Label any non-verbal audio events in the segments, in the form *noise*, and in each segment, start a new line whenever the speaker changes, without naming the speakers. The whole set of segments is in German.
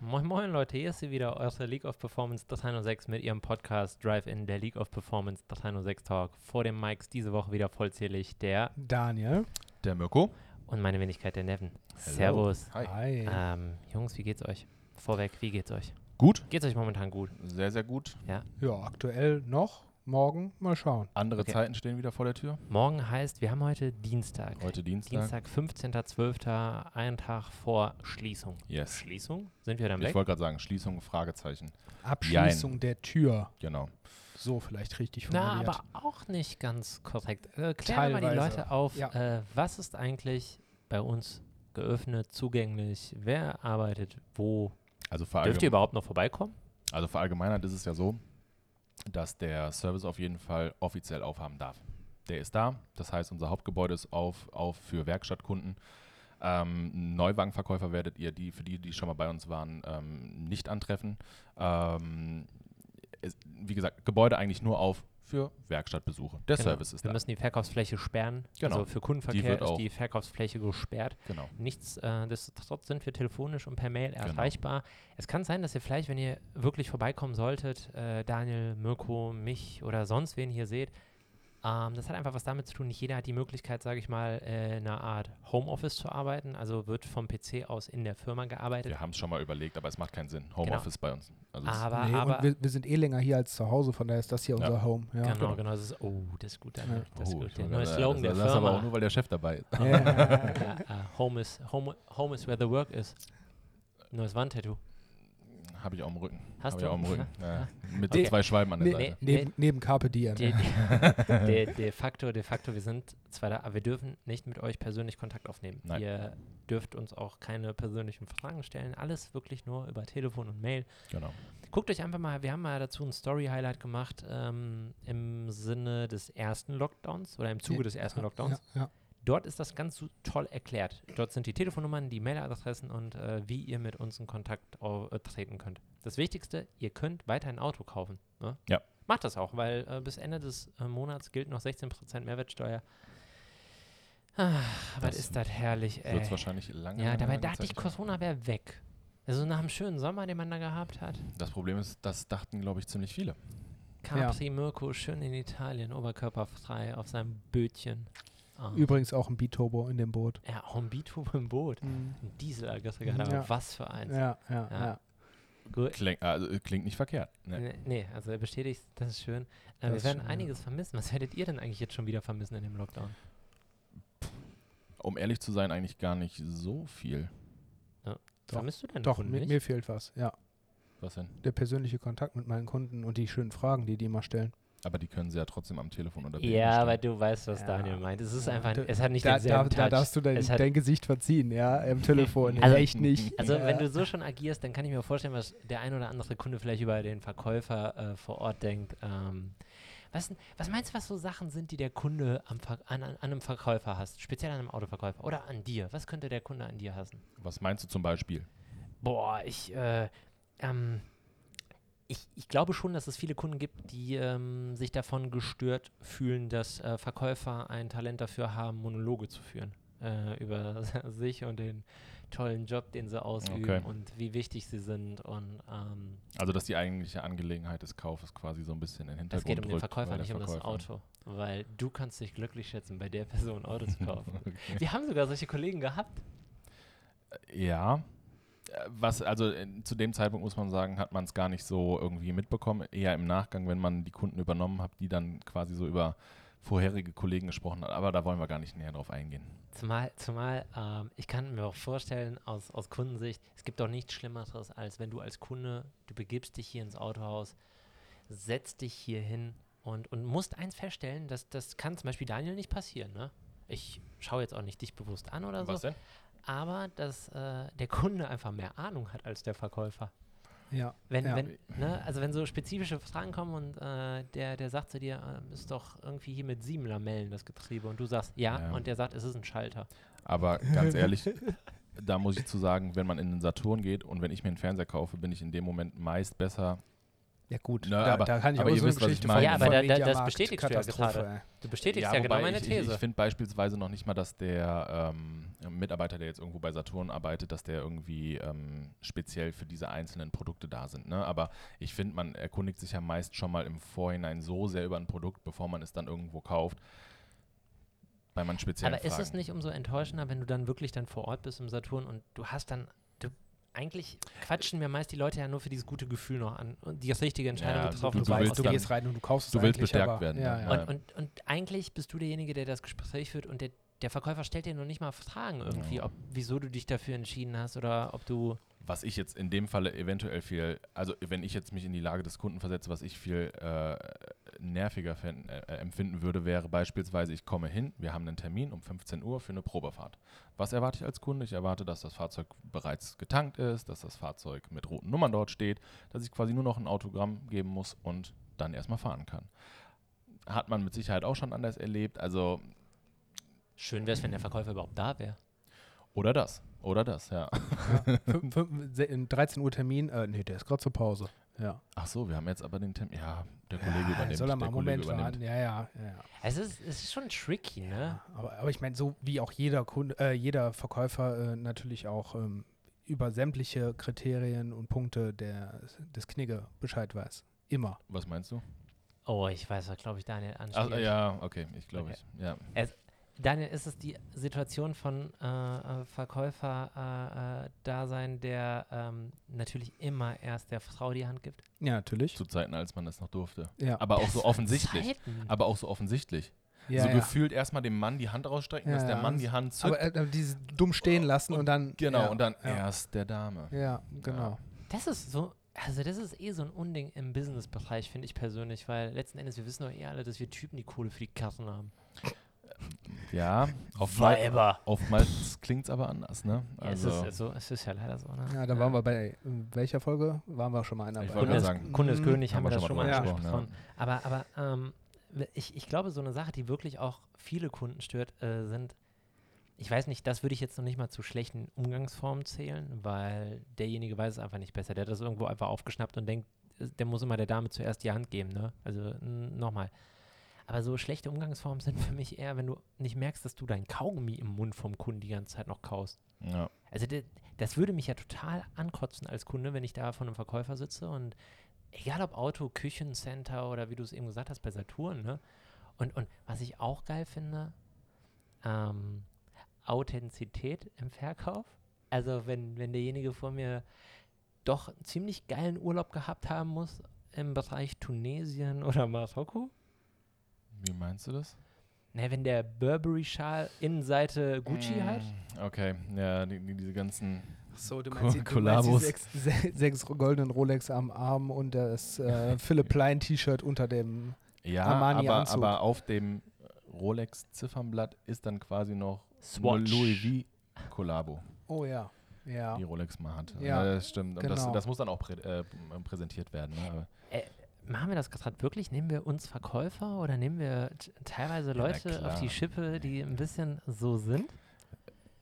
Moin Moin Leute, hier ist sie wieder, eure League of Performance 306 mit ihrem Podcast Drive-In, der League of Performance 306 Talk. Vor dem Mikes diese Woche wieder vollzählig der
Daniel.
Der Mirko.
und meine Wenigkeit der Neven.
Hello.
Servus.
Hi.
Ähm, Jungs, wie geht's euch? Vorweg, wie geht's euch?
Gut.
Geht's euch momentan gut?
Sehr, sehr gut.
Ja, aktuell noch. Morgen mal schauen.
Andere
Okay.
Zeiten stehen wieder vor der Tür.
Morgen heißt, wir haben heute Dienstag.
Heute Dienstag.
Dienstag, 15.12., einen Tag vor Schließung.
Yes.
Schließung? Sind wir dann
Ich
weg?
wollte gerade sagen, Schließung, Fragezeichen.
Abschließung der Tür.
Genau.
So vielleicht richtig
Na,
formuliert.
aber auch nicht ganz korrekt. Äh, klären wir mal die
Teilweise,
Leute auf,
ja.
äh, was ist eigentlich bei uns geöffnet, zugänglich, wer arbeitet wo? Dürft
Also,
ihr
verallgemein,
überhaupt noch vorbeikommen?
also verallgemeinert ist es ja so, dass der Service auf jeden Fall offiziell aufhaben darf. Der ist da. Das heißt, unser Hauptgebäude ist auf, auf für Werkstattkunden. Ähm, Neuwagenverkäufer werdet ihr, die für die, die schon mal bei uns waren, ähm, nicht antreffen. Ähm, es, wie gesagt, Gebäude eigentlich nur auf für Werkstattbesuche. Der
Genau.
Service ist
Wir
da.
müssen die Verkaufsfläche sperren.
Genau.
Also für Kundenverkehr
wird
ist
auch-
die Verkaufsfläche gesperrt.
Genau.
äh, Nichtsdestotrotz sind wir telefonisch und per Mail
Genau.
erreichbar. Es kann sein, dass ihr vielleicht, wenn ihr wirklich vorbeikommen solltet, äh, Daniel, Mirko, mich oder sonst wen hier seht, ähm, das hat einfach was damit zu tun, nicht jeder hat die Möglichkeit, sage ich mal, äh, in einer Art Homeoffice zu arbeiten. Also wird vom PC aus in der Firma gearbeitet.
Wir haben es schon mal überlegt, aber es macht keinen Sinn.
Genau.
Homeoffice bei uns. Also es-
Aber,
nee,
aber
und wir, wir sind eh länger hier als zu Hause, von daher ist das hier
Ja.
unser Home. Ja.
genau, genau, das ist, oh, das ist gut, Daniel, das ist
Oh,
gut.
ich
Der neue
wollte gerade sagen,
Slogan der
das, das ist
Firma.
aber auch nur, weil der Chef dabei ist.
genau.
Ja.
*laughs* ja, äh, home, is, home, home is where the work is. Neues Wandtattoo.
Habe ich auch im Rücken.
Hast
Hab
du?
Ich auch
*laughs*
im Rücken. Ja. Mit
Okay.
so zwei Schwalben an der
Nee,
Seite.
neben, neben Carpe Diem.
De,
*laughs*
de, de, de facto, de facto, wir sind zwar da, aber wir dürfen nicht mit euch persönlich Kontakt aufnehmen.
Nein.
Ihr dürft uns auch keine persönlichen Fragen stellen. Alles wirklich nur über Telefon und Mail.
Genau.
Guckt euch einfach mal, wir haben mal dazu ein Story-Highlight gemacht ähm, im Sinne des ersten Lockdowns oder im Zuge des ersten Lockdowns.
Ja, ja.
Dort ist das ganz so toll erklärt. Dort sind die Telefonnummern, die Mailadressen und äh, wie ihr mit uns in Kontakt au- äh, treten könnt. Das Wichtigste, ihr könnt weiter ein Auto kaufen. Ne?
Ja.
Macht das auch, weil äh, bis Ende des äh, Monats gilt noch 16% Mehrwertsteuer. Ah, was
Das
ist das herrlich,
Wird
ey.
es wahrscheinlich lange.
Äh. Ja,
lange,
dabei
lange
dachte
Zeit
ich,
dauern.
Corona wäre weg. Also nach einem schönen Sommer, den man da gehabt hat.
Das Problem ist, das dachten, glaube ich, ziemlich viele.
Capri Mirko schön in Italien, oberkörperfrei auf seinem Bötchen. Ah.
Übrigens auch ein Biturbo in dem Boot.
Ja, auch ein Bitumen im Boot. Ein Dieselaggregat, aber
Mhm. Ja.
was für eins.
Ja, ja,
Hm. Ja.
ja.
Gu-
Klingt, also, äh, klingt nicht verkehrt. Ne.
Nee. nee, also er bestätigt, das ist schön. Äh,
Das
wir
ist
werden
schön, ja.
einiges vermissen. Was werdet ihr denn eigentlich jetzt schon wieder vermissen in dem Lockdown?
Um ehrlich zu sein, eigentlich gar nicht so viel.
Doch,
Vermisst du denn
Doch,
Kunden
mi-
nicht?
mir fehlt was. Ja,
Was denn?
der persönliche Kontakt mit meinen Kunden und die schönen Fragen, die die immer stellen.
Aber die können sie ja trotzdem am Telefon oder per
ja,
E-Mail
aber
stellen.
du weißt, was
Ja.
Daniel meint. Es ist
Ja.
einfach,
Da-
es hat nicht
da, da,
denselben
da
Touch.
darfst du dein,
Es hat-
dein Gesicht verziehen, ja,
*laughs*
im Telefon.
Also-
echt nicht.
Also
ja.
wenn du so schon agierst, dann kann ich mir vorstellen, was der ein oder andere Kunde vielleicht über den Verkäufer äh, vor Ort denkt. Ähm, was, denn- was meinst du, was so Sachen sind, die der Kunde am Ver an, an, an einem Verkäufer hasst? Speziell an einem Autoverkäufer oder an dir? Was könnte der Kunde an dir hassen?
Was meinst du zum Beispiel?
Boah, ich, äh, ähm, ich, ich glaube schon, dass es viele Kunden gibt, die ähm, sich davon gestört fühlen, dass äh, Verkäufer ein Talent dafür haben, Monologe zu führen äh, über *laughs* sich und den tollen Job, den sie ausüben
Okay.
und wie wichtig sie sind. Und ähm,
Also, dass die eigentliche Angelegenheit des Kaufes quasi so ein bisschen in den Hintergrund
es geht um den
rückt,
Verkäufer,
weil der
nicht um das
Verkäufer- *laughs*
Auto, weil du kannst dich glücklich schätzen, bei der Person ein Auto zu
*laughs*
kaufen. Wir haben sogar solche Kollegen gehabt.
Ja. Äh, Was, also äh, zu dem Zeitpunkt muss man sagen, hat man es gar nicht so irgendwie mitbekommen. Eher im Nachgang, wenn man die Kunden übernommen hat, die dann quasi so über vorherige Kollegen gesprochen hat. Aber da wollen wir gar nicht näher drauf eingehen.
Zumal, zumal ähm, ich kann mir auch vorstellen, aus, aus Kundensicht, es gibt doch nichts Schlimmeres, als wenn du als Kunde, du begibst dich hier ins Autohaus, setzt dich hier hin und, und musst eins feststellen, dass das kann zum Beispiel Daniel nicht passieren. Ne? Ich schaue jetzt auch nicht dich bewusst an oder so,
denn?
aber dass äh, der Kunde einfach mehr Ahnung hat als der Verkäufer.
ja.
Wenn,
Ja.
wenn, ne, also wenn so spezifische Fragen kommen und äh, der, der sagt zu dir, äh, ist doch irgendwie hier mit sieben Lamellen das Getriebe und du sagst ja,
Ja.
und der sagt, es ist ein Schalter.
Aber ganz ehrlich, da muss ich zu sagen, wenn man in den Saturn geht und wenn ich mir einen Fernseher kaufe, bin ich in dem Moment meist besser
Ja, gut.
Na,
da,
aber-
da kann ich
aber
auch
ihr
so eine
wisst, was ich
Geschichte
meine.
von-
Ja, aber
von
da- da- das
Mediamarkt-
bestätigst du ja
Katastrophe,
gerade.
ey.
Du bestätigst ja, genau
wobei
meine
ich, Ich,
These.
ich finde beispielsweise noch nicht mal, dass der ähm, Mitarbeiter, der jetzt irgendwo bei Saturn arbeitet, dass der irgendwie ähm, speziell für diese einzelnen Produkte da sind. Ne? Aber ich finde, man erkundigt sich ja meist schon mal im Vorhinein so sehr über ein Produkt, bevor man es dann irgendwo kauft. Bei man speziellen
Aber ist es
Fragen.
nicht umso enttäuschender, wenn du dann wirklich dann vor Ort bist im Saturn und du hast dann, du, eigentlich quatschen mir meist die Leute ja nur für dieses gute Gefühl noch an und die richtige Entscheidung
Ja,
getroffen
du-
zu haben.
willst
du
dann-
gehst rein und du kaufst es
du willst
eigentlich,
bestärkt
aber,
werden,
Ja,
ja.
ja.
und, und, und eigentlich bist du derjenige, der das Gespräch führt und der, der Verkäufer stellt dir noch nicht mal Fragen irgendwie, ob, wieso du dich dafür entschieden hast oder ob du,
was ich jetzt in dem Falle eventuell viel, also wenn ich jetzt mich in die Lage des Kunden versetze, was ich viel äh, nerviger fänd, äh, empfinden würde, wäre beispielsweise, ich komme hin, wir haben einen Termin um 15 Uhr für eine Probefahrt. Was erwarte ich als Kunde? Ich erwarte, dass das Fahrzeug bereits getankt ist, dass das Fahrzeug mit roten Nummern dort steht, dass ich quasi nur noch ein Autogramm geben muss und dann erstmal fahren kann. Hat man mit Sicherheit auch schon anders erlebt, also
schön wäre es, wenn der Verkäufer überhaupt da wäre.
oder das, oder das, ja.
*laughs* Fünf- fünf- se- in 13 Uhr Termin, äh, nee, der ist gerade zur Pause. Ja.
Ach so, wir haben jetzt aber den Termin, ja, der Kollege
ja,
übernimmt.
Soll er mal
der
einen
Kollege
Moment warten. Ja, ja, ja, ja.
Es ist, es ist schon tricky, ne?
Aber, aber ich meine, so wie auch jeder Kunde, äh, jeder Verkäufer äh, natürlich auch ähm, über sämtliche Kriterien und Punkte der, des Knigge Bescheid weiß. Immer.
Was meinst du?
Oh, ich weiß, was glaube ich Daniel
Ach,
anspielt.
ja, okay, ich glaube
Okay.
ich. Ja.
Daniel, ist es die Situation von äh, äh, Verkäufer äh, äh, Dasein, der ähm, natürlich immer erst der Frau die Hand gibt?
Ja, natürlich.
Zu Zeiten, als man das noch durfte.
Ja.
Aber auch
Das
so
waren
offensichtlich.
Zeiten.
Aber auch so offensichtlich.
ja,
so
ja.
gefühlt erstmal dem Mann die Hand rausstrecken,
Ja,
dass der
ja.
Mann die Hand zückt.
Aber äh, äh, diese dumm stehen lassen und, dann.
genau,
ja,
und dann
Ja,
erst der Dame.
ja genau.
Das ist so, also das ist eh so ein Unding im Businessbereich, finde ich persönlich, weil letzten Endes, wir wissen doch eh alle, dass wir Typen die Kohle für die Karten haben.
Ja, oftmals,
Weiber.
oftmals klingt es aber anders, ne?
Ja, es,
Also,
ist, es so, es ist ja leider so, ne?
Ja, da waren wir bei äh, welcher Folge? Waren wir schon mal einer
Ich
bei.
wollte
Kunde
gerade
ist,
sagen,
Kunde ist
Mhm.
König, haben wir das
schon
schon
mal
mal
drüber
angesprochen.
gesprochen.
Aber, aber ähm, w- ich, ich glaube, so eine Sache, die wirklich auch viele Kunden stört, äh, sind, ich weiß nicht, das würde ich jetzt noch nicht mal zu schlechten Umgangsformen zählen, weil derjenige weiß es einfach nicht besser. Der hat das irgendwo einfach aufgeschnappt und denkt, äh, der muss immer der Dame zuerst die Hand geben, ne? Also n- nochmal. Aber so schlechte Umgangsformen sind für mich eher, wenn du nicht merkst, dass du dein Kaugummi im Mund vom Kunden die ganze Zeit noch kaust.
Ja. ja.
Also de- das würde mich ja total ankotzen als Kunde, wenn ich da vor einem Verkäufer sitze und egal ob Auto, Küchencenter oder wie du es eben gesagt hast, bei Saturn, ne? Und, und was ich auch geil finde, ähm, Authentizität im Verkauf. Also wenn, wenn derjenige vor mir doch einen ziemlich geilen Urlaub gehabt haben muss im Bereich Tunesien oder Marokko.
Wie meinst du das?
Ne, wenn der Burberry-Schal Innenseite Gucci halt? hat.
Mm, Okay, ja, die, die, diese ganzen.
Achso, du
meinst die- du meinst die Kollabos.
sechs, *laughs* se- sechs goldenen Rolex am Arm und das äh, Philipp Plein T-Shirt unter dem.
Ja, aber,
Armani-Anzug.
aber auf dem Rolex-Ziffernblatt ist dann quasi noch eine
Swatch.
Louis V-Kollabo.
Oh ja. Ja.
die Rolex mal hatte.
Ja,
Ja, das stimmt. Und das,
genau.
das muss dann auch prä äh, m- präsentiert werden. Ne? Aber-
Machen wir das gerade wirklich? Nehmen wir uns Verkäufer oder nehmen wir t- teilweise
na
Leute auf die
klar.
Schippe, die ein bisschen so sind?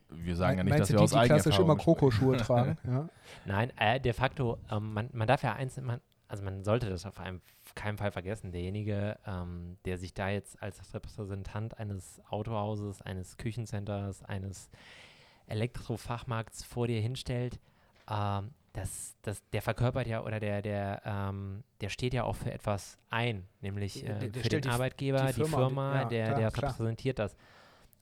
Wir sagen ja
Mein-
nicht, dass
meinst
wir
du,
aus
die, die
eigener
klassisch immer
Erfahrung sprechen.
Krokoschuhe tragen? Ja.
Nein, äh, de facto, ähm, man, man darf ja eins, man, also man sollte das auf einem, keinen Fall vergessen. Derjenige, ähm, der sich da jetzt als Repräsentant eines Autohauses, eines Küchencenters, eines Elektrofachmarkts vor dir hinstellt, ähm, das, das, der verkörpert ja oder der, der, ähm, der steht ja auch für etwas ein, nämlich
Ja,
äh,
der- der
für den
stellt die F-
Arbeitgeber, die
die
Firma,
Firma, die-
der,
ja, klar,
der
klar.
repräsentiert das.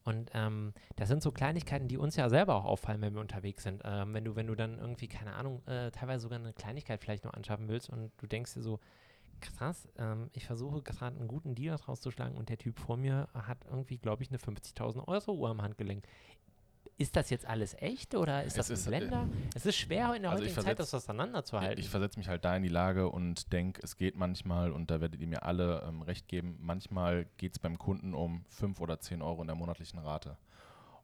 Und ähm, das sind so Kleinigkeiten, die uns ja selber auch auffallen, wenn wir unterwegs sind. Ähm, wenn du, wenn du dann irgendwie, keine Ahnung, äh, teilweise sogar eine Kleinigkeit vielleicht noch anschaffen willst und du denkst dir so, krass, ähm, ich versuche gerade einen guten Deal rauszuschlagen und der Typ vor mir hat irgendwie, glaube ich, eine 50.000 Euro Uhr am Handgelenk. Ist das jetzt alles echt oder ist
Es
das ein
ist, äh,
Blender? es ist schwer in der
also ich
heutigen Zeit,
versetz-
das auseinanderzuhalten.
Ich versetze mich halt da in die Lage und denke, es geht manchmal, und da werdet ihr mir alle ähm, recht geben, manchmal geht es beim Kunden um 5 oder 10 Euro in der monatlichen Rate.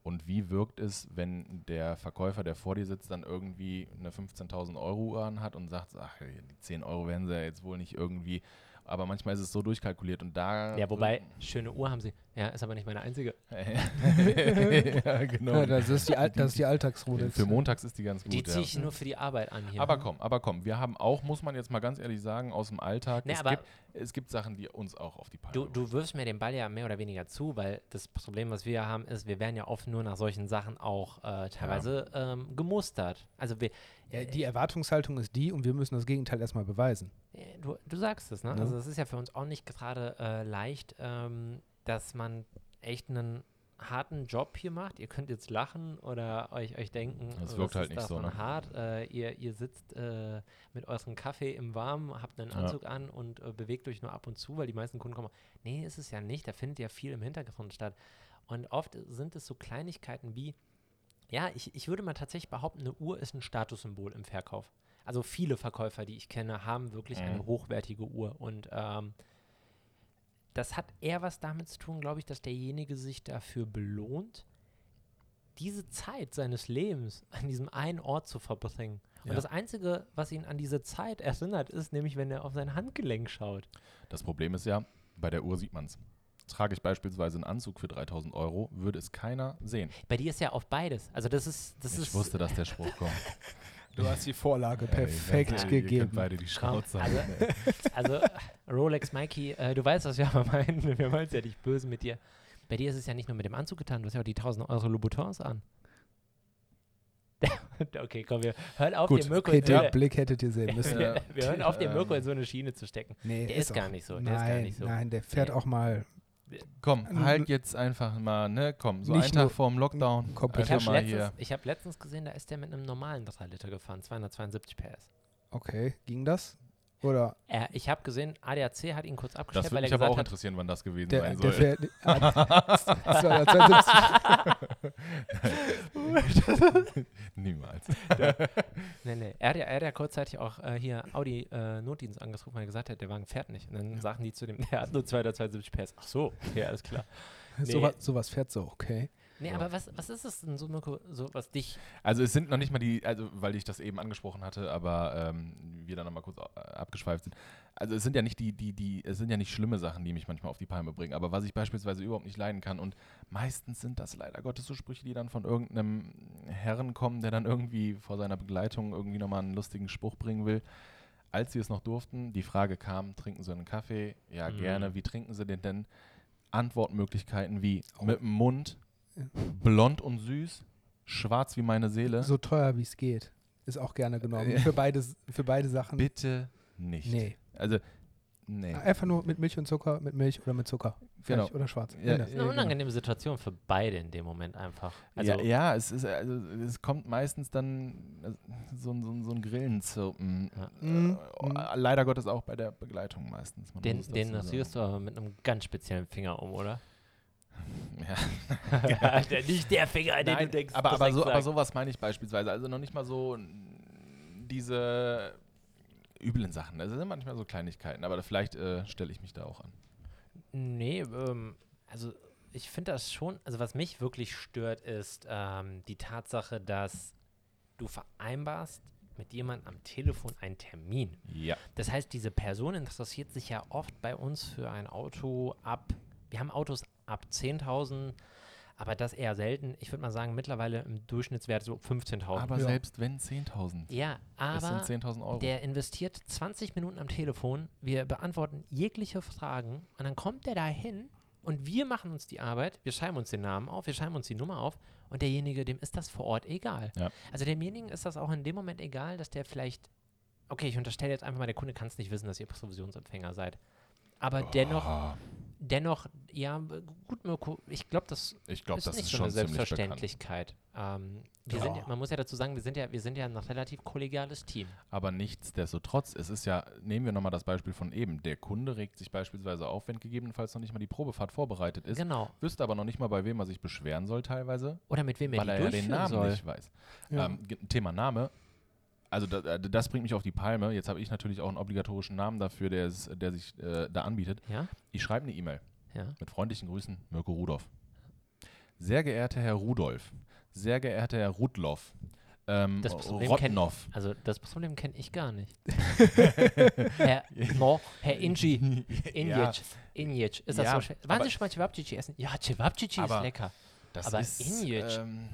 Und wie wirkt es, wenn der Verkäufer, der vor dir sitzt, dann irgendwie eine 15.000 Euro Uhr anhat und sagt, ach, die 10 Euro werden sie ja jetzt wohl nicht irgendwie Aber manchmal ist es so durchkalkuliert und da.
Ja, wobei, schöne Uhr haben sie. Ja, ist aber nicht meine einzige.
*laughs* ja, genau.
*laughs* Ja, das, ist die Al das ist die Alltagsruhe.
Für montags ist die ganz gut.
Die ziehe
ja.
ich nur für die Arbeit an hier.
Aber
ne?
komm, aber komm. Wir haben auch, muss man jetzt mal ganz ehrlich sagen, aus dem Alltag.
Nee,
es,
Ne, aber-
gibt, es gibt Sachen, die uns auch auf die Palme
Du,
bringen.
du wirfst mir den Ball ja mehr oder weniger zu, weil das Problem, was wir ja haben, ist, wir werden ja oft nur nach solchen Sachen auch äh, teilweise ähm, gemustert. Also wir,
Ja, die Erwartungshaltung ist die und wir müssen das Gegenteil erstmal beweisen.
Äh, Du, du sagst es, ne?
Ne?
Also es ist ja für uns auch nicht gerade äh, leicht, ähm, dass man echt einen harten Job hier macht. Ihr könnt jetzt lachen oder euch, euch denken,
Das
äh,
wirkt
was
halt
ist
nicht so,
davon
ne?
hart. Äh, ihr, ihr sitzt äh, mit eurem Kaffee im Warmen, habt einen
Ja.
Anzug an und äh, bewegt euch nur ab und zu, weil die meisten Kunden kommen. Nee, ist es ja nicht. Da findet ja viel im Hintergrund statt. Und oft sind es so Kleinigkeiten wie, ja, ich, ich würde mal tatsächlich behaupten, eine Uhr ist ein Statussymbol im Verkauf. Also viele Verkäufer, die ich kenne, haben wirklich eine
Mhm.
hochwertige Uhr. Und ähm, das hat eher was damit zu tun, glaube ich, dass derjenige sich dafür belohnt, diese Zeit seines Lebens an diesem einen Ort zu verbringen. Und
Ja.
das Einzige, was ihn an diese Zeit erinnert, ist nämlich, wenn er auf sein Handgelenk schaut.
Das Problem ist ja, bei der Uhr sieht man es. Trage ich beispielsweise einen Anzug für 3000 Euro, würde es keiner sehen.
Bei dir ist ja auf beides. Also das ist, das
ich
ist
wusste, dass der Spruch kommt.
Du hast die Vorlage
Ey,
*laughs* perfekt
ganz ehrlich, Ihr könnt
gegeben.
beide die Schnauze
also,
halten, ey. *laughs*
Also, Rolex, Mikey, äh, du weißt, was wir aber meinen. Wir meinen es ja nicht böse mit dir. Bei dir ist es ja nicht nur mit dem Anzug getan, du hast ja auch die 1000 Euro Louboutins an. *laughs* okay, komm, wir hören auf,
Gut,
den Mirko,
Okay,
in so
den
eine,
Blick hättet ihr sehen müssen.
wir, *laughs* wir hören auf, den
ähm,
Mirko in so eine Schiene zu stecken.
Nee,
Der ist,
auch-
gar nicht so. Der
nein,
ist gar nicht so.
nein, der fährt
Nee.
auch mal
Komm, halt jetzt einfach mal, ne? Komm, so
Ähm, Nicht
einen
nur-
Tag vorm Lockdown.
Komplett.
Ich
Einfach
habe
mal hier.
letztens, ich hab letztens gesehen, da ist der mit einem normalen 3 Liter gefahren, 272 PS.
Okay, ging das? Oder
Äh, ich habe gesehen, ADAC hat ihn kurz
Das
abgestellt,
würde
weil er
mich aber
gesagt
auch
hat,
interessieren, wann das gewesen
der,
sein
der
soll.
fährt. Ah, 272.
*laughs*
*laughs* Niemals.
Nee, nee. Er hat ja, er hat ja kurzzeitig auch äh, hier Audi äh, Notdienst angerufen, weil er gesagt hat, der Wagen fährt nicht. Und dann sagten die zu dem, *laughs* der hat nur 272 PS. Ach so, ja, alles klar. Nee.
Sowas sowas fährt so, okay.
Nee,
Ja.
aber was, was ist es denn so, Mirko, so was dich.
Also es sind noch nicht mal die, also weil ich das eben angesprochen hatte, aber ähm, wir da nochmal kurz au- äh, abgeschweift sind. Also es sind ja nicht die, die, die, es sind ja nicht schlimme Sachen, die mich manchmal auf die Palme bringen, aber was ich beispielsweise überhaupt nicht leiden kann und meistens sind das leider Gottes so Sprüche, die dann von irgendeinem Herren kommen, der dann irgendwie vor seiner Begleitung irgendwie nochmal einen lustigen Spruch bringen will. Als wir es noch durften, die Frage kam, trinken Sie einen Kaffee? Ja,
Mhm.
gerne. Wie trinken Sie den denn? Antwortmöglichkeiten wie
Oh.
mit dem Mund, blond und süß, schwarz wie meine Seele.
So teuer wie es geht. Ist auch gerne genommen. Für beide, für beide Sachen.
Bitte nicht.
Ähm, Nee.
Also, nee.
Einfach nur mit Milch und Zucker, mit Milch oder mit Zucker.
Genau.
Fertig Oder schwarz.
Ja,
Das
Ende.
ist eine
Ja, genau.
unangenehme Situation für beide in dem Moment einfach. Also,
ja, ja, es ist also es kommt meistens dann äh, so, ein- so, ein- so ein Grillenzirpen.
Ja.
Äh,
Mhm.
oh, äh, Leider Gottes auch bei der Begleitung meistens. Man
den,
muss
den
dazu
rührst du aber mit einem ganz speziellen Finger um, *laughs* oder?
sagen.
*laughs*
Ja.
Der- nicht der Finger, an Äh, den
Nein,
du denkst.
aber,
das
aber, so,
exakt.
aber sowas meine ich beispielsweise. Also noch nicht mal so n- diese üblen Sachen. Also, Das sind manchmal so Kleinigkeiten, aber vielleicht äh, stelle ich mich da auch an.
Nee, ähm, also ich finde das schon, also was mich wirklich stört, ist ähm, die Tatsache, dass du vereinbarst mit jemandem am Telefon einen Termin.
Ja.
Das heißt, diese Person interessiert sich ja oft bei uns für ein Auto ab, wir haben Autos ab 10.000, aber das eher selten. Ich würde mal sagen, mittlerweile im Durchschnittswert so 15.000.
Aber
Ja.
selbst wenn 10.000.
ja,
Es sind
aber
10.000 Euro.
der investiert 20 Minuten am Telefon, wir beantworten jegliche Fragen und dann kommt der dahin und wir machen uns die Arbeit, wir schreiben uns den Namen auf, wir schreiben uns die Nummer auf und derjenige, dem ist das vor Ort egal.
Ja.
Also demjenigen ist das auch in dem Moment egal, dass der vielleicht, okay, ich unterstelle jetzt einfach mal, der Kunde kann es nicht wissen, dass ihr Provisionsempfänger seid. Aber dennoch,
Ah,
dennoch, ja, gut, Mirko, ich glaube, das
ich glaube,
ist
das
nicht
ist
so
schon
eine
ziemlich bekannt.
Selbstverständlichkeit. Ähm, wir sind,
Ja.
ja- man muss ja dazu sagen, wir sind ja, wir sind ja ein relativ kollegiales Team.
Aber nichtsdestotrotz, es ist ja, nehmen wir nochmal das Beispiel von eben, der Kunde regt sich beispielsweise auf, wenn gegebenenfalls noch nicht mal die Probefahrt vorbereitet ist,
genau.
wüsste aber noch nicht mal, bei wem er sich beschweren soll teilweise,
Oder mit wem er
weil
die
er ja den
durchführen
Namen
soll.
nicht weiß.
Ja.
Ähm, ge- Thema Name, also da, da- das bringt mich auf die Palme, jetzt habe ich natürlich auch einen obligatorischen Namen dafür, der, ist, der sich äh, da anbietet.
Ja,
Ich schreibe eine E-Mail.
ja.
Mit freundlichen Grüßen, Mirko Rudolf. Sehr geehrter Herr Rudolf, sehr geehrter Herr Rudloff, ähm,
Das Problem kenn-
Rotnow.
Also das Problem kenne ich gar
*laughs*
nicht. Herr Mo, Herr Inji,
Ja.
Injic, Injic. Ist das
Ja,
so schön? Waren
aber-
Sie schon mal Cevapcici essen? Ja, Cevapcici ist
Aber- *laughs*
lecker.
Das
Aber
ist,
Injic.
Ähm,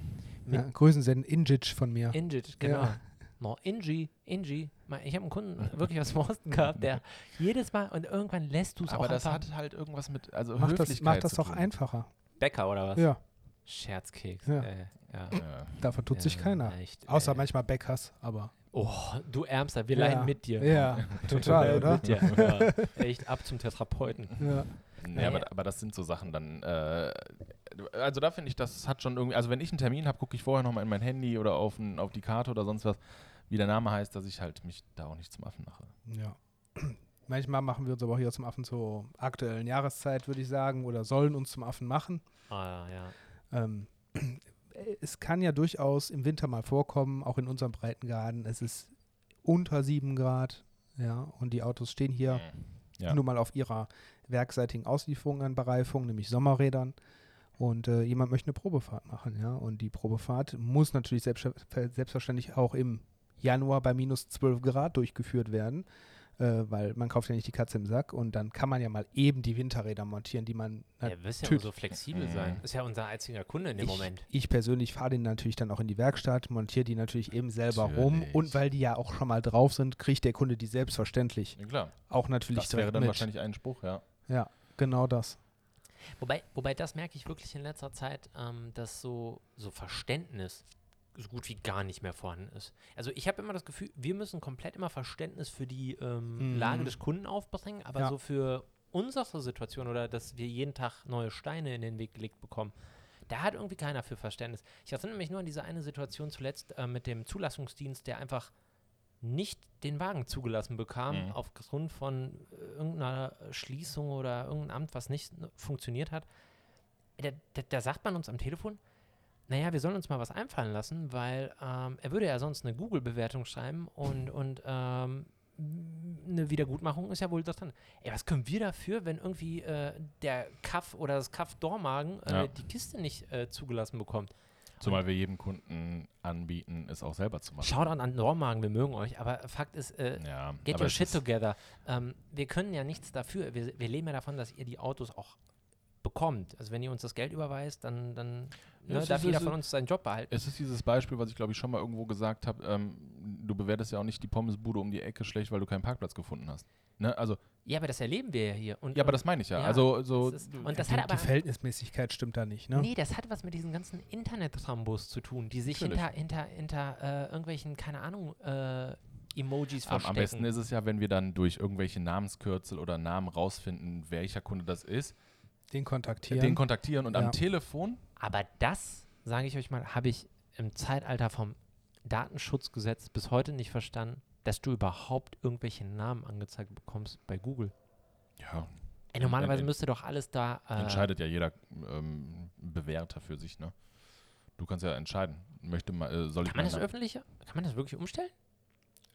Ja, Grüßen Sie einen Injic von mir.
Injic, genau.
Ja.
Mo, Inji, Inji. Mein- Ich habe einen
*laughs*
Kunden wirklich aus Morsten gehabt, der jedes Mal und irgendwann lässt du es auch
aber das
einfach-
hat halt irgendwas mit, also
Mach das,
Höflichkeit
mach das
zu
doch
tun.
einfacher.
Bäcker oder was?
Ja,
Scherzkeks.
Ja.
Äh, ja.
Ja.
davon tut sich
Ja,
keiner.
echt,
Außer
ey.
manchmal Bäckers, aber.
Oh, du Ärmster, wir
Ja.
leiden mit dir.
Ja, total,
Wir leiden
oder?
Äh, Mit
*laughs*
dir. Ja. Echt ab zum Therapeuten.
Ja.
Nee,
Nee.
aber, aber das sind so Sachen dann. Äh, also da finde ich, das hat schon irgendwie. Also wenn ich einen Termin habe, gucke ich vorher nochmal in mein Handy oder auf, n- auf die Karte oder sonst was, wie der Name heißt, dass ich halt mich da auch nicht zum Affen mache.
ja. *clears throat* Manchmal machen wir uns aber auch hier zum Affen zur aktuellen Jahreszeit, würde ich sagen, oder sollen uns zum Affen machen.
Ah, ja.
Ähm, *clears throat* es kann ja durchaus im Winter mal vorkommen, auch in unserem Breitengraden. Es ist unter 7 Grad, ja, und die Autos stehen
Mhm.
hier
Ja.
nun mal auf ihrer werkseitigen Auslieferung an Bereifung, nämlich Sommerrädern. Und äh, jemand möchte eine Probefahrt machen, ja. Und die Probefahrt muss natürlich selbstver- selbstverständlich auch im Januar bei minus 12 Grad durchgeführt werden, äh, weil man kauft ja nicht die Katze im Sack und dann kann man ja mal eben die Winterräder montieren, die man
Er ja, wirst ja
Tü-
so flexibel
Mhm.
sein. Ist ja unser einziger Kunde in dem
ich,
Moment.
Ich persönlich fahre den natürlich dann auch in die Werkstatt, montiere die natürlich eben selber rum
Natürlich.
und weil die ja auch schon mal drauf sind, kriegt der Kunde die selbstverständlich.
Ja, klar.
Auch natürlich
Das
direkt
wäre dann
mit.
wahrscheinlich ein Spruch, ja.
Ja, genau das.
Wobei, wobei das merke ich wirklich in letzter Zeit, ähm, dass so, so Verständnis so gut wie gar nicht mehr vorhanden ist. Also ich habe immer das Gefühl, wir müssen komplett immer Verständnis für die ähm,
Mhm.
Lage des Kunden aufbringen, aber
Ja.
so für unsere Situation oder dass wir jeden Tag neue Steine in den Weg gelegt bekommen, da hat irgendwie keiner für Verständnis. Ich erinnere mich nur an diese eine Situation zuletzt äh, mit dem Zulassungsdienst, der einfach nicht den Wagen zugelassen bekam,
Mhm.
aufgrund von äh, irgendeiner Schließung oder irgendeinem Amt, was nicht ne, funktioniert hat. Da, da, da sagt man uns am Telefon, naja, wir sollen uns mal was einfallen lassen, weil ähm, er würde ja sonst eine Google-Bewertung schreiben
*laughs*
und, und ähm, eine Wiedergutmachung ist ja wohl das drin. Ey, was können wir dafür, wenn irgendwie äh, der Kaff oder das Kaff Dormagen äh,
Ja.
die Kiste nicht äh, zugelassen bekommt?
Zumal wir jedem Kunden anbieten, es auch selber zu machen.
Schaut an, an Dormagen, wir mögen euch, aber Fakt ist, äh,
Ja,
Get
aber
your
es
shit
ist-
together. Ähm, wir können ja nichts dafür. Wir, wir leben ja davon, dass ihr die Autos auch bekommt. Also wenn ihr uns das Geld überweist, dann, dann
Ja,
ne,
es
darf
ist-
jeder
es
von
ist-
uns seinen Job behalten.
Es ist dieses Beispiel, was ich glaube ich schon mal irgendwo gesagt habe. Ähm, du bewertest ja auch nicht die Pommesbude um die Ecke schlecht, weil du keinen Parkplatz gefunden hast. Ne? Also,
Ja, aber das erleben wir ja hier. Und,
ja, aber
und
das meine ich ja.
Ja,
also, so,
das ist, und das
die,
hat aber
die Verhältnismäßigkeit stimmt da nicht, ne?
Nee, das hat was mit diesen ganzen Internet-Trambos zu tun, die sich
Natürlich.
hinter, hinter, hinter äh, irgendwelchen, keine Ahnung, äh, Emojis
Am,
verstecken.
am besten ist es ja, wenn wir dann durch irgendwelche Namenskürzel oder Namen rausfinden, welcher Kunde das ist,
Den kontaktieren.
den kontaktieren und
Ja.
am Telefon.
aber das, sage ich euch mal, habe ich im Zeitalter vom Datenschutzgesetz bis heute nicht verstanden, dass du überhaupt irgendwelche Namen angezeigt bekommst bei Google.
Ja,
Ey, normalerweise
Ent-
müsste doch alles da. Äh,
entscheidet ja jeder ähm, Bewerter für sich, ne? Du kannst ja entscheiden. Möchte mal, äh, soll ich
Kann man das
meinen-
öffentlich? Kann man das wirklich umstellen?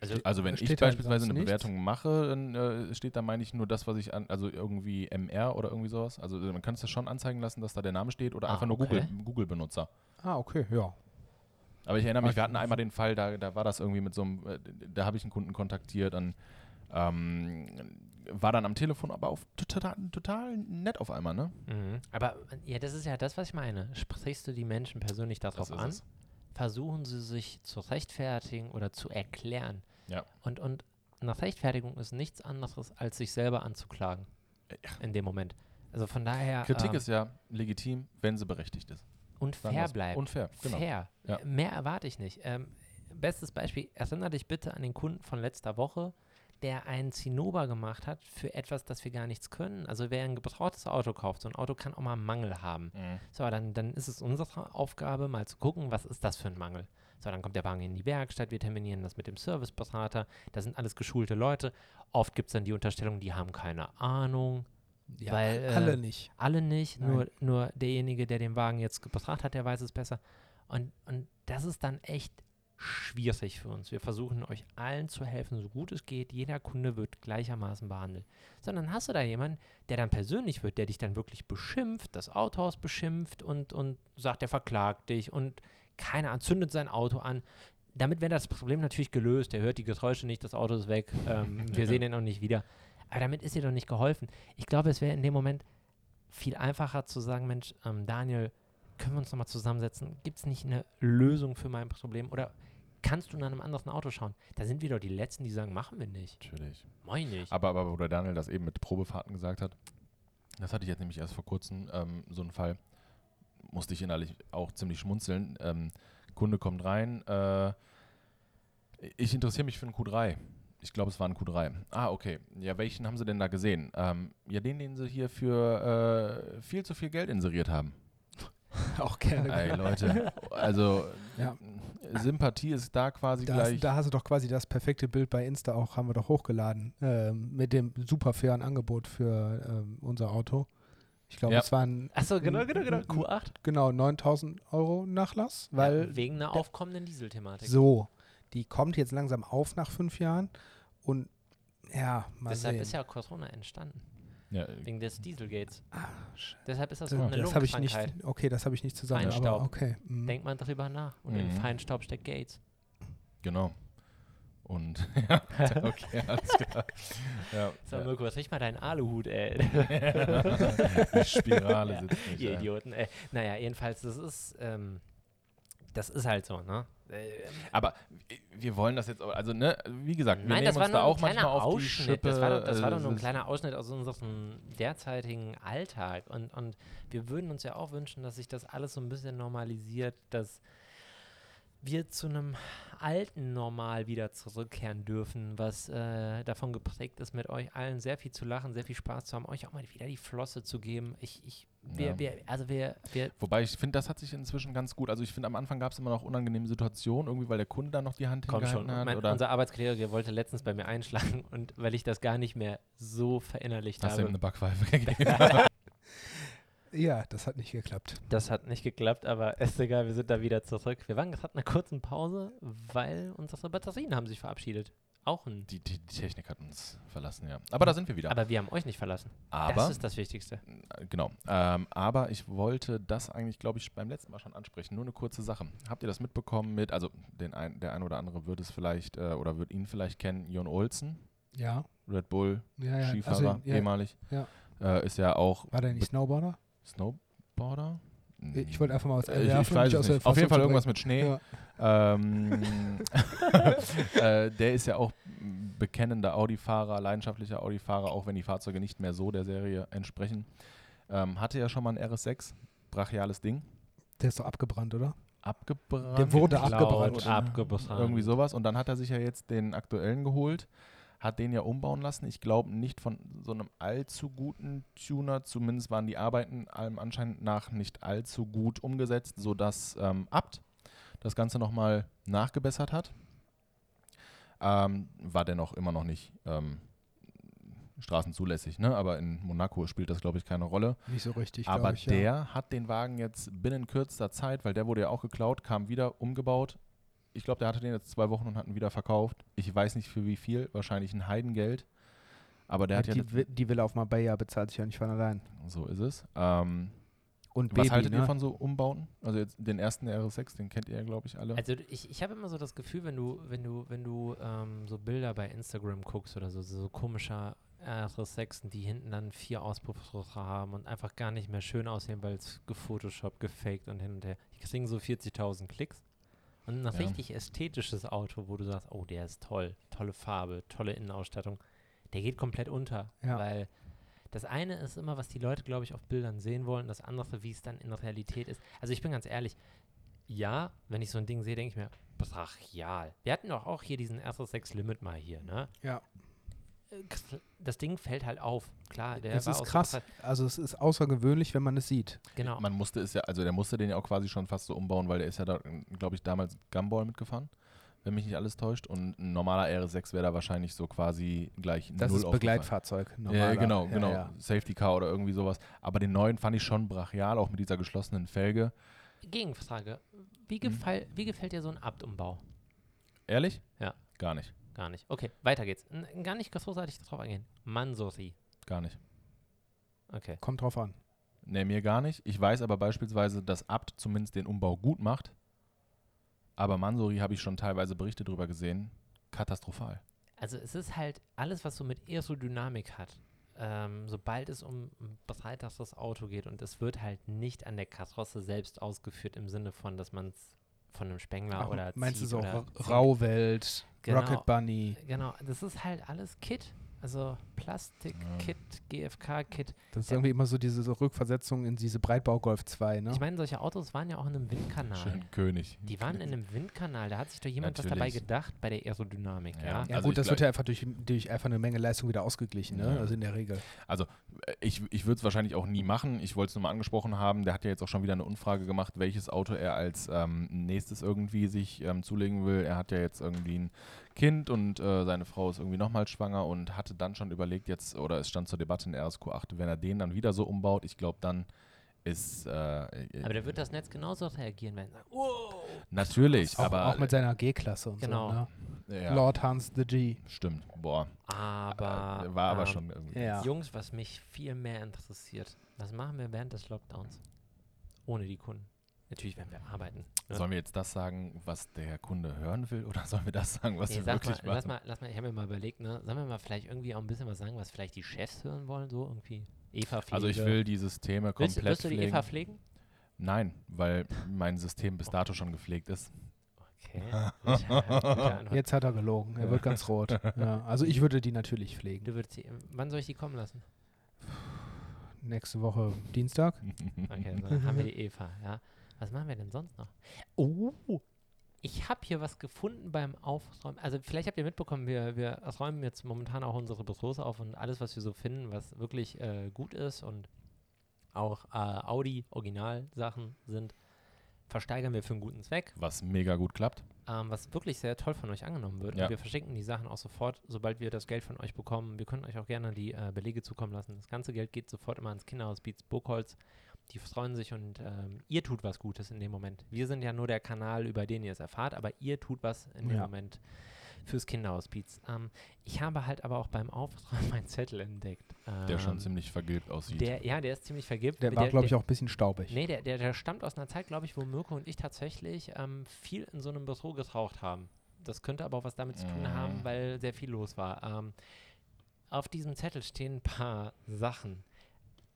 Also,
Also wenn ich
Steht da
beispielsweise
sonst
eine
nichts?
Bewertung mache, dann äh, steht da, meine ich, nur das, was ich an, also irgendwie MR oder irgendwie sowas. Also man kann es ja schon anzeigen lassen, dass da der Name steht oder
Ah,
einfach nur
okay.
Google- Google-Benutzer.
ah, okay, ja.
Aber ich erinnere mich, wir
Ach,
hatten einmal den Fall, da, da war das irgendwie mit so einem, äh, da habe ich einen Kunden kontaktiert, dann ähm, war dann am Telefon, aber auf total, total nett auf einmal, ne?
mhm. aber ja, das ist ja das, was ich meine. Sprichst du die Menschen persönlich darauf
ist
an?
es.
Versuchen sie sich zu rechtfertigen oder zu erklären.
Ja.
Und, und eine Rechtfertigung ist nichts anderes, als sich selber anzuklagen. In dem Moment. Also von daher.
Kritik
ähm,
ist ja legitim, wenn sie berechtigt ist.
Und
Sagen
fair
wir's.
bleiben.
Unfair, genau.
Fair.
Ja.
Äh, Mehr erwarte ich nicht. Ähm, bestes Beispiel, erinnere dich bitte an den Kunden von letzter Woche, der einen Zinnober gemacht hat für etwas, das wir gar nichts können. Also wer ein gebrauchtes Auto kauft, so ein Auto kann auch mal einen Mangel haben.
Mhm.
So, dann, dann ist es unsere Aufgabe, mal zu gucken, was ist das für ein Mangel. So, dann kommt der Wagen in die Werkstatt, wir terminieren das mit dem Serviceberater, da sind alles geschulte Leute. Oft gibt es dann die Unterstellung, die haben keine Ahnung,
ja
Weil, äh,
alle nicht. *laughs*
alle nicht, nur,
Nein.
nur derjenige, der den Wagen jetzt gebracht hat, der weiß es besser. Und, und das ist dann echt schwierig für uns. Wir versuchen euch allen zu helfen, so gut es geht. Jeder Kunde wird gleichermaßen behandelt. Sondern hast du da jemanden, der dann persönlich wird, der dich dann wirklich beschimpft, das Autohaus beschimpft und, und sagt, er verklagt dich und keiner zündet sein Auto an. damit wäre das Problem natürlich gelöst. Er hört die Geräusche nicht, das Auto ist weg, *laughs* ähm, wir sehen ihn auch nicht wieder. Aber damit ist dir doch nicht geholfen. Ich glaube, es wäre in dem Moment viel einfacher zu sagen, Mensch, ähm, Daniel, können wir uns nochmal zusammensetzen? Gibt es nicht eine Lösung für mein Problem? Oder kannst du nach einem anderen Auto schauen? Da sind wir doch die Letzten, die sagen, machen wir nicht.
Natürlich.
Meine ich.
Aber, aber wo der Daniel das eben mit Probefahrten gesagt hat, das hatte ich jetzt nämlich erst vor kurzem, ähm, so einen Fall, musste ich innerlich auch ziemlich schmunzeln. Ähm, Kunde kommt rein, äh, ich interessiere mich für einen Q3. Ich glaube, es war ein Q3. Ah, okay. Ja, welchen haben sie denn da gesehen? Ähm, ja, den, den sie hier für äh, viel zu viel Geld
*laughs*
inseriert haben.
Auch gerne.
Ey, Leute, also
Ja.
Sympathie ist da quasi
Da,
gleich.
hast- da hast du doch quasi das perfekte Bild bei Insta auch, haben wir doch hochgeladen, ähm, mit dem super fairen Angebot für ähm, unser Auto. Ich glaube,
Ja.
es waren
Achso, genau, genau, genau. Q8.
genau 9000 Euro Nachlass, weil
ja, wegen einer aufkommenden Dieselthematik.
so, die kommt jetzt langsam auf nach fünf Jahren und ja, mal
Deshalb
sehen.
ist ja Corona entstanden.
Ja,
Wegen des Dieselgates.
Sch-
Deshalb ist das
Ah, Äh, das
auch eine
habe ich nicht,
Lungenkrankheit.
okay, das habe ich nicht zusammen,
Feinstaub.
aber okay. mhm.
Denkt man darüber nach. Und in
Mhm.
Feinstaub steckt Gates.
genau. Und *laughs*
*laughs*
ja, okay, alles klar. Ja,
So,
ja.
Mirko, was riecht mal deinen Aluhut,
*laughs*
ey? *laughs*
Die Spirale sitzt nicht.
Ihr
ein.
Idioten, ey. Naja, jedenfalls, das ist, ähm, das ist halt so, ne? Ähm,
Aber wir wollen das jetzt, auch- also ne, wie gesagt, wir
Nein,
nehmen
das war
uns da
nur
auch
ein
manchmal
kleiner
auf die
Ausschnitt.
Schippe.
Das war, doch, das war doch
äh,
nur ein
es ist-
kleiner Ausschnitt aus unserem derzeitigen Alltag. Und, und wir würden uns ja auch wünschen, dass sich das alles so ein bisschen normalisiert, dass wir zu einem alten Normal wieder zurückkehren dürfen, was äh, davon geprägt ist, mit euch allen sehr viel zu lachen, sehr viel Spaß zu haben, euch auch mal wieder die Flosse zu geben. Ich, ich, wir,
Ja.
wir, also wir, wir,
Wobei ich finde, das hat sich inzwischen ganz gut. Also ich finde, am Anfang gab es immer noch unangenehme Situationen, irgendwie, weil der Kunde dann noch die Hand
Komm schon,
hingehalten hat.
mein,
oder
unser Arbeitskollege der wollte letztens bei mir einschlagen *laughs* und weil ich das gar nicht mehr so verinnerlicht
hast du ihm
habe.
eine Backpfeife *laughs* gegeben?
Ja, das hat nicht geklappt.
Das hat nicht geklappt, aber *laughs* ist egal, wir sind da wieder zurück. Wir waren gerade nach einer kurzen Pause, weil unsere Batterien haben sich verabschiedet. Auch ein.
die, die, die Technik hat uns verlassen, ja. Aber da sind wir wieder.
Aber wir haben euch nicht verlassen.
Aber-
das ist das Wichtigste.
genau. Ähm, aber ich wollte das eigentlich, glaube ich, beim letzten Mal schon ansprechen. Nur eine kurze Sache. Habt ihr das mitbekommen mit, also den ein, der ein oder andere wird es vielleicht äh, oder wird ihn vielleicht kennen, Jon Olsen,
Ja,
Red Bull,
ja, ja.
Skifahrer,
also, ja
ehemalig.
ja.
Äh, ist ja auch
war der nicht Snowboarder?
Snowboarder?
Ich wollte einfach mal aus
Äh, ich, ich weiß es nicht. Auf jeden Fall irgendwas
*laughs*
mit Schnee.
Ja.
Ähm, *laughs* äh, der ist ja auch m, bekennender Audi-Fahrer, leidenschaftlicher Audi-Fahrer, auch wenn die Fahrzeuge nicht mehr so der Serie entsprechen. Ähm, hatte ja schon mal ein RS6, brachiales Ding,
Der ist doch abgebrannt, oder?
abgebrannt.
Der wurde
geklaut,
abgebrannt.
Abgebrannt.
Irgendwie sowas. Und dann hat er sich ja jetzt den aktuellen geholt, hat den ja umbauen lassen. Ich glaube nicht von so einem allzu guten Tuner, zumindest waren die Arbeiten allem Anschein nach nicht allzu gut umgesetzt, sodass ähm, Abt das Ganze nochmal nachgebessert hat. Ähm, war dennoch immer noch nicht ähm, straßenzulässig, ne? aber in Monaco spielt das, glaube ich, keine Rolle.
Nicht so richtig,
Aber
glaub ich,
der
ja.
hat den Wagen jetzt binnen kürzester Zeit, weil der wurde ja auch geklaut, kam wieder umgebaut. Ich glaube, der hatte den jetzt zwei Wochen und hat ihn wieder verkauft. Ich weiß nicht für wie viel, wahrscheinlich ein Heidengeld. Aber der hat, ja,
die, Wi- die Villa auf Marbella bezahlt sich ja nicht von allein.
so ist es. Ähm,
Und
was
Baby,
haltet
ne?
ihr von so Umbauten? Also jetzt den ersten RS6, den kennt ihr ja, glaube ich, alle.
Also ich, ich habe immer so das Gefühl, wenn du, wenn du, wenn du ähm, so Bilder bei Instagram guckst oder so, so komischer RS6, die hinten dann vier Auspuffrohre haben und einfach gar nicht mehr schön aussehen, weil es gefotoshoppt, gefaked und hin und her. Die kriegen so 40.000 Klicks. Und ein
Ja.
richtig ästhetisches Auto, wo du sagst, oh, der ist toll, tolle Farbe, tolle Innenausstattung, der geht komplett unter,
Ja.
weil das eine ist immer, was die Leute, glaube ich, auf Bildern sehen wollen, das andere, wie es dann in der Realität ist. Also ich bin ganz ehrlich, ja, wenn ich so ein Ding sehe, denke ich mir, brachial. Wir hatten doch auch hier diesen RS6 Limit mal hier, ne?
Ja.
Äh, kr- Das Ding fällt halt auf. Klar, der
Es
war
ist
aus der
krass.
Zeit-
Also es ist außergewöhnlich, wenn man es sieht.
Genau.
Man musste es ja, also der musste den ja auch quasi schon fast so umbauen, weil der ist ja da, glaube ich, damals Gumball mitgefahren, wenn mich nicht alles täuscht. Und ein normaler RS6 wäre da wahrscheinlich so quasi gleich
Das
null
ist
aufgefallen.
Begleitfahrzeug.
Ja,
normaler.
genau,
Ja,
genau.
ja.
Safety Car oder irgendwie sowas. Aber den neuen fand ich schon brachial, auch mit dieser geschlossenen Felge.
Gegenfrage. Wie, gefall, wie gefällt dir so ein Abtumbau?
Ehrlich?
Ja.
Gar nicht.
Gar nicht. Okay, weiter geht's. N gar nicht großartig drauf eingehen. Mansori.
Gar nicht.
Okay.
Kommt drauf an.
Nee, mir gar nicht. Ich weiß aber beispielsweise, dass Abt zumindest den Umbau gut macht. Aber Mansuri habe ich schon teilweise Berichte drüber gesehen. Katastrophal.
Also es ist halt alles, was so mit Aerodynamik hat. Ähm, sobald es um ein breiteres Auto geht und es wird halt nicht an der Karosse selbst ausgeführt im Sinne von, dass man es von einem Spengler
Ach,
oder
meinst du
zieht
so
oder
Ra-
zieht.
Rauwelt,
Genau.
Rocket Bunny?
Genau, das ist halt alles Kit. Also Plastik-Kit, GFK-Kit.
Das ist irgendwie immer so diese so Rückversetzung in diese Breitbau Golf 2, ne?
Ich meine, solche Autos waren ja auch in einem Windkanal.
Schön König.
Die waren in einem Windkanal. Da hat sich doch jemand was dabei
Natürlich.
gedacht bei der Aerodynamik.
Ja.
Ja,
ja
also ich
gut, das wird
glaub-
ja einfach durch, durch einfach eine Menge Leistung wieder ausgeglichen, ne?
Ja.
Also in der Regel.
Ich, ich würde es wahrscheinlich auch nie machen. Ich wollte es nur mal angesprochen haben. Der hat ja jetzt auch schon wieder eine Umfrage gemacht, welches Auto er als ähm, nächstes irgendwie sich ähm, zulegen will. Er hat ja jetzt irgendwie ein Kind und äh, seine Frau ist irgendwie nochmal schwanger und hatte dann schon überlegt, jetzt, oder es stand zur Debatte in RSQ8, wenn er den dann wieder so umbaut, ich glaube, dann ist. Äh, äh,
Aber da wird das Netz genauso reagieren, wenn sagen, wow.
Natürlich,
Auch,
aber. äh,
auch mit seiner G-Klasse und
Genau.
so, ne?
ja,
Lord Hans the G.
Stimmt, boah.
Aber.
Äh, war aber
ähm,
schon. irgendwie-
Ja.
Jungs, was mich viel mehr interessiert, was machen wir während des Lockdowns? Ohne die Kunden. Natürlich werden wir arbeiten. ne?
Sollen wir jetzt das sagen, was der Kunde hören will, oder sollen wir das sagen, was
Nee,
wir
sag mal,
wirklich
lass
machen?
mal, lass mal, ich habe mir mal überlegt, ne, sollen wir mal vielleicht irgendwie auch ein bisschen was sagen, was vielleicht die Chefs hören wollen, so irgendwie Eva pflegen.
Also ich will die Systeme komplett
Willst, willst du die
pflegen.
Eva pflegen?
Nein, weil mein System bis dato schon gepflegt ist.
Okay.
*laughs*
Guter- guter Antwort.
Jetzt hat er gelogen. Er wird ganz rot. Ja, also ich würde die natürlich pflegen.
Du würdest die, wann soll ich die kommen lassen?
Nächste Woche Dienstag.
Okay, dann haben wir die Eva, ja. Was machen wir denn sonst noch? Oh, ich habe hier was gefunden beim Aufräumen. Also vielleicht habt ihr mitbekommen, wir, wir räumen jetzt momentan auch unsere Büros auf und alles, was wir so finden, was wirklich äh, gut ist und auch äh, Audi-Originalsachen sind, versteigern wir für einen guten Zweck,
*laughs* Was mega gut klappt.
ähm, was wirklich sehr toll von euch angenommen wird.
Ja.
Und wir verschenken die Sachen auch sofort, sobald wir das Geld von euch bekommen. Wir können euch auch gerne die äh, Belege zukommen lassen. Das ganze Geld geht sofort immer ans Kinderhospiz Burgholz. Die freuen sich und ähm, ihr tut was Gutes in dem Moment. Wir sind ja nur der Kanal, über den ihr es erfahrt, aber ihr tut was in dem
Ja.
Moment fürs Kinderhospiz. Ähm, ich habe halt aber auch beim Aufräumen *laughs* meinen Zettel entdeckt.
Der schon
Ähm,
ziemlich vergilbt aussieht.
der, ja, der ist ziemlich vergibt.
Der war, glaube ich, auch ein bisschen staubig.
Nee, der, der, der stammt aus einer Zeit, glaube ich, wo Mirko und ich tatsächlich ähm, viel in so einem Büro geraucht haben. Das könnte aber auch was damit zu tun haben,
Mm.
weil sehr viel los war. Ähm, auf diesem Zettel stehen ein paar Sachen.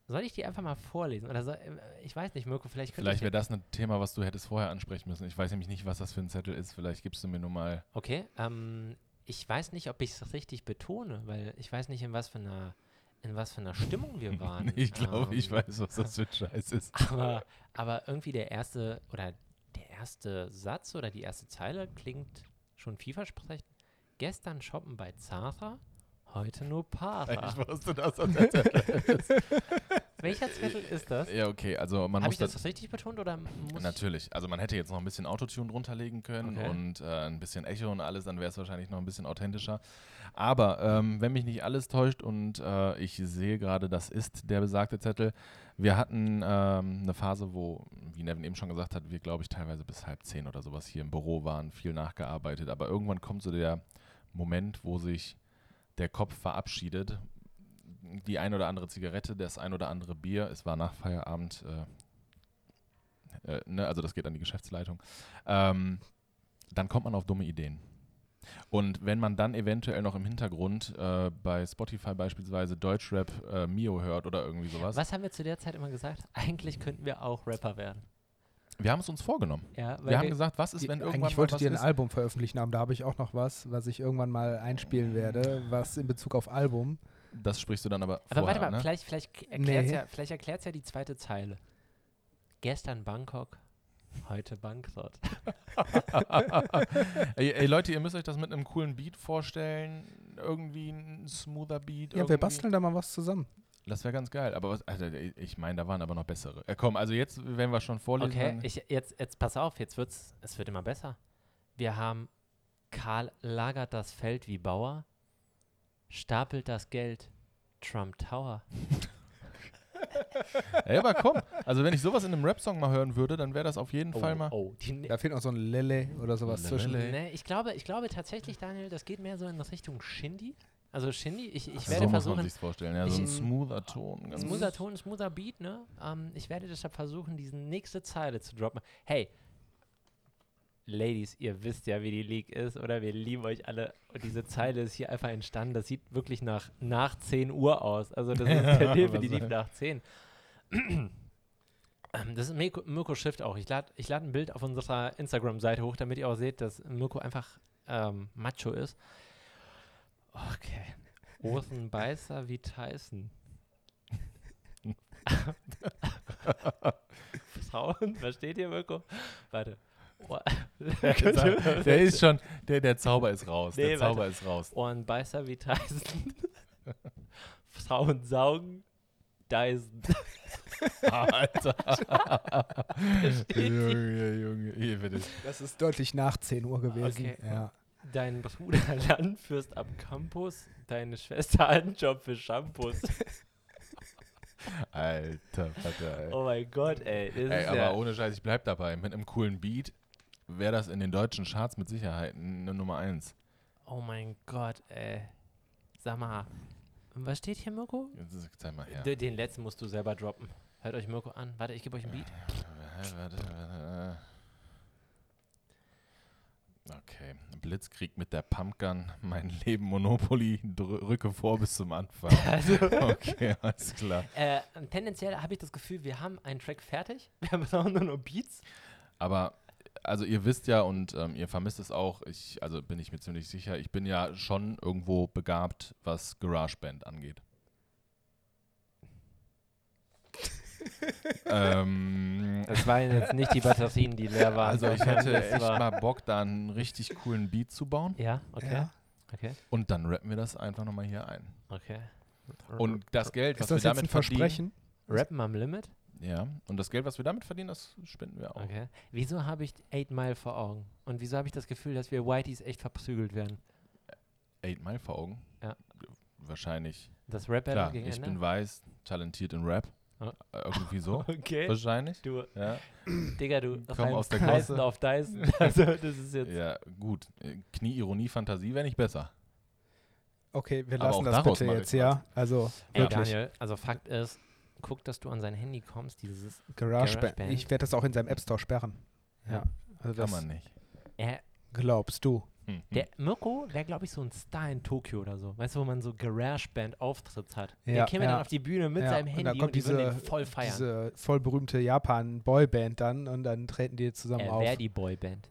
Soll ich die einfach mal vorlesen? Oder soll, äh, ich weiß nicht, Mirko, vielleicht könnte
Vielleicht
ich.
wäre das ein Thema, was du hättest vorher ansprechen müssen. Ich weiß nämlich nicht, was das für ein Zettel ist. Vielleicht gibst du mir nur mal.
Okay, ähm, ich weiß nicht, ob ich es richtig betone, weil ich weiß nicht, in was für einer, in was für einer Stimmung
*laughs*
wir waren.
ich glaube, ich
Ähm,
weiß, was das für ein Scheiß ist.
Aber, aber irgendwie der erste oder der erste Satz oder die erste Zeile klingt schon vielversprechend. Gestern shoppen bei Zara, heute nur *laughs* Para.
wusste, dass das der Zettel
Welcher Zettel ist das?
Ja, okay, also man
Habe
muss
ich das richtig betont oder muss
Natürlich. Also man hätte jetzt noch ein bisschen Autotune runterlegen können
Okay.
und äh, ein bisschen Echo und alles, dann wäre es wahrscheinlich noch ein bisschen authentischer. Aber ähm, wenn mich nicht alles täuscht und äh, ich sehe gerade, das ist der besagte Zettel. Wir hatten ähm, eine Phase, wo, wie Nevin eben schon gesagt hat, wir glaube ich teilweise bis halb zehn oder sowas hier im Büro waren, viel nachgearbeitet. Aber irgendwann kommt so der Moment, wo sich der Kopf verabschiedet. Die ein oder andere Zigarette, das ein oder andere Bier. Es war nach Feierabend. Äh, äh, ne, also das geht an die Geschäftsleitung, ähm, dann kommt man auf dumme Ideen. Und wenn man dann eventuell noch im Hintergrund äh, bei Spotify beispielsweise Deutschrap äh, Mio hört oder irgendwie sowas.
Was? haben wir zu der Zeit immer gesagt? Eigentlich könnten wir auch Rapper werden.
Wir haben es uns vorgenommen.
Ja, weil
Wir haben gesagt, was ist,
Die-
wenn irgendwann
Eigentlich
mal
wolltet
was
ihr ein
ist?
Album veröffentlichen, aber da habe ich auch noch was, was ich irgendwann mal einspielen werde, was in Bezug auf Album.
Das sprichst du dann aber,
aber
vorher,
warte mal,
ne?
vielleicht, vielleicht erklärt es
Nee.
ja, vielleicht erklärt's ja die zweite Zeile. Gestern Bangkok, heute Bankrott.
*laughs* ey, ey Leute, ihr müsst euch das mit einem coolen Beat vorstellen, irgendwie ein smoother Beat.
Ja, wir
irgendwie.
basteln da mal was zusammen.
Das wäre ganz geil, aber was, also, ich meine, da waren aber noch bessere. Äh, komm, also jetzt, wenn wir schon vorlesen,
Okay,
dann-
ich, jetzt, jetzt pass auf, jetzt wird's, es wird immer besser. Wir haben Karl lagert das Feld wie Bauer, stapelt das Geld Trump Tower.
Ey, aber komm, also wenn ich sowas in einem Rap-Song mal hören würde, dann wäre das auf jeden *laughs* Fall mal.
oh, die,
Da fehlt noch so ein Lele oder sowas
Lele.
zwischen.
Lele.
ne, ich glaube, ich glaube tatsächlich, Daniel, das geht mehr so in Richtung Shindy. Also Shindy, ich, ich
so
werde
muss man
versuchen,
sich vorstellen, ja, so
Ich-
ein smoother Ton. ganz- *laughs*
smoother Ton, smoother Beat, ne? Ähm, ich werde deshalb versuchen, diese nächste Zeile zu droppen. Hey, Ladies, ihr wisst ja, wie die League ist, oder? Wir lieben euch alle. Und diese Zeile ist hier einfach entstanden. Das sieht wirklich nach, nach 10 Uhr aus. Also, das *laughs* ist der Nebel, die lief nach *clears throat* 10. Ähm, Das ist Mirko, Mirko Schiff auch. Ich lade ich lad ein Bild auf unserer Instagram-Seite hoch, damit ihr auch seht, dass Mirko einfach ähm, macho ist. Okay. Osenbeißer wie Tyson. *laughs* Frauen, versteht ihr, Mirko? Warte. Oh, *laughs* könnt ihr-
der ist schon, der, der Zauber ist raus.
Nee,
der Zauber ist raus. *laughs*
Ohrenbeißer wie Tyson. *laughs* Frauen saugen. Dyson.
Alter.
die-
Junge, Junge. Hier bitte.
Das ist deutlich nach 10 Uhr gewesen.
Okay.
Ja.
Dein Bruder *laughs* Landfürst am Campus. Deine Schwester hat einen Job für Shampoos.
Alter, Vater, ey.
Oh mein Gott, ey. oh Das
Ey,
ist
aber
ja,
ohne Scheiß, ich bleib dabei. Mit einem coolen Beat wäre das in den deutschen Charts mit Sicherheit eine Nummer eins.
oh mein Gott, ey. Sag mal, was steht hier, Mirko?
Jetzt ist- zeig mal her.
Den, den letzten musst du selber droppen. Hört euch Mirko an. Warte, ich gebe euch ein *laughs* Beat.
Okay, Blitzkrieg mit der Pumpgun, mein Leben Monopoly, drü- rücke vor bis
*laughs*
zum Anfang.
Also,
Okay, alles klar.
Äh, tendenziell habe ich das Gefühl, wir haben einen Track fertig. Wir haben auch nur noch Beats.
Aber, also ihr wisst ja und ähm, ihr vermisst es auch, ich, also bin ich mir ziemlich sicher, ich bin ja schon irgendwo begabt, was
*laughs*
GarageBand angeht. ähm,
Das waren jetzt nicht die Batterien, die leer waren.
also ich hätte
Das
echt
war-
mal Bock, da einen richtig coolen Beat zu bauen.
Ja, okay.
ja.
Okay,
Und dann rappen wir das einfach nochmal hier ein.
okay. Äh,
Und das Geld, was
Ist das
wir
jetzt ein
damit
Versprechen?
Rappen am Limit?
verdienen, ja, und das Geld, was wir damit verdienen, das spenden wir auch.
Okay. Wieso habe ich Eight Mile vor Augen? Und wieso habe ich das Gefühl, dass wir Whiteys echt verprügelt werden?
Eight Mile vor Augen.
Ja.
Wahrscheinlich.
Das Rap-Battle
Klar,
gegen
ich
Ende? *laughs*
bin weiß, talentiert in Rap.
Ah.
Äh, Irgendwie so.
*laughs* okay.
Wahrscheinlich.
Du,
Ja.
Digga, du
Komm aus
reimst
der
Tyson
Klasse.
auf *laughs* Dyson. Also, das ist jetzt.
ja, gut. Äh, Knie, Ironie, Fantasie wäre nicht besser.
Okay, wir
Aber auch
lassen das
daraus
bitte
mache
jetzt,
ich
ja. Also
Ey,
wirklich.
Daniel, also Fakt ist, guck, dass du an sein Handy kommst. Dieses.
GarageBand.
GarageBand.
Ich werde das auch in seinem App Store sperren.
Ja.
Ja. Also
Kann
das
man nicht.
Äh,
glaubst du.
Hm, hm.
der Mirko wäre, glaube ich, so ein Star in Tokio oder so. Weißt du, wo man so Garageband-Auftritts hat. der
Ja,
käme dann
ja.
auf die Bühne mit
Ja,
seinem
und
Handy
dann
und,
kommt
die würden
diese-
ihn voll feiern.
Diese voll berühmte Japan-Boyband dann und dann treten die zusammen
Er
auf.
wäre Äh, die Boyband.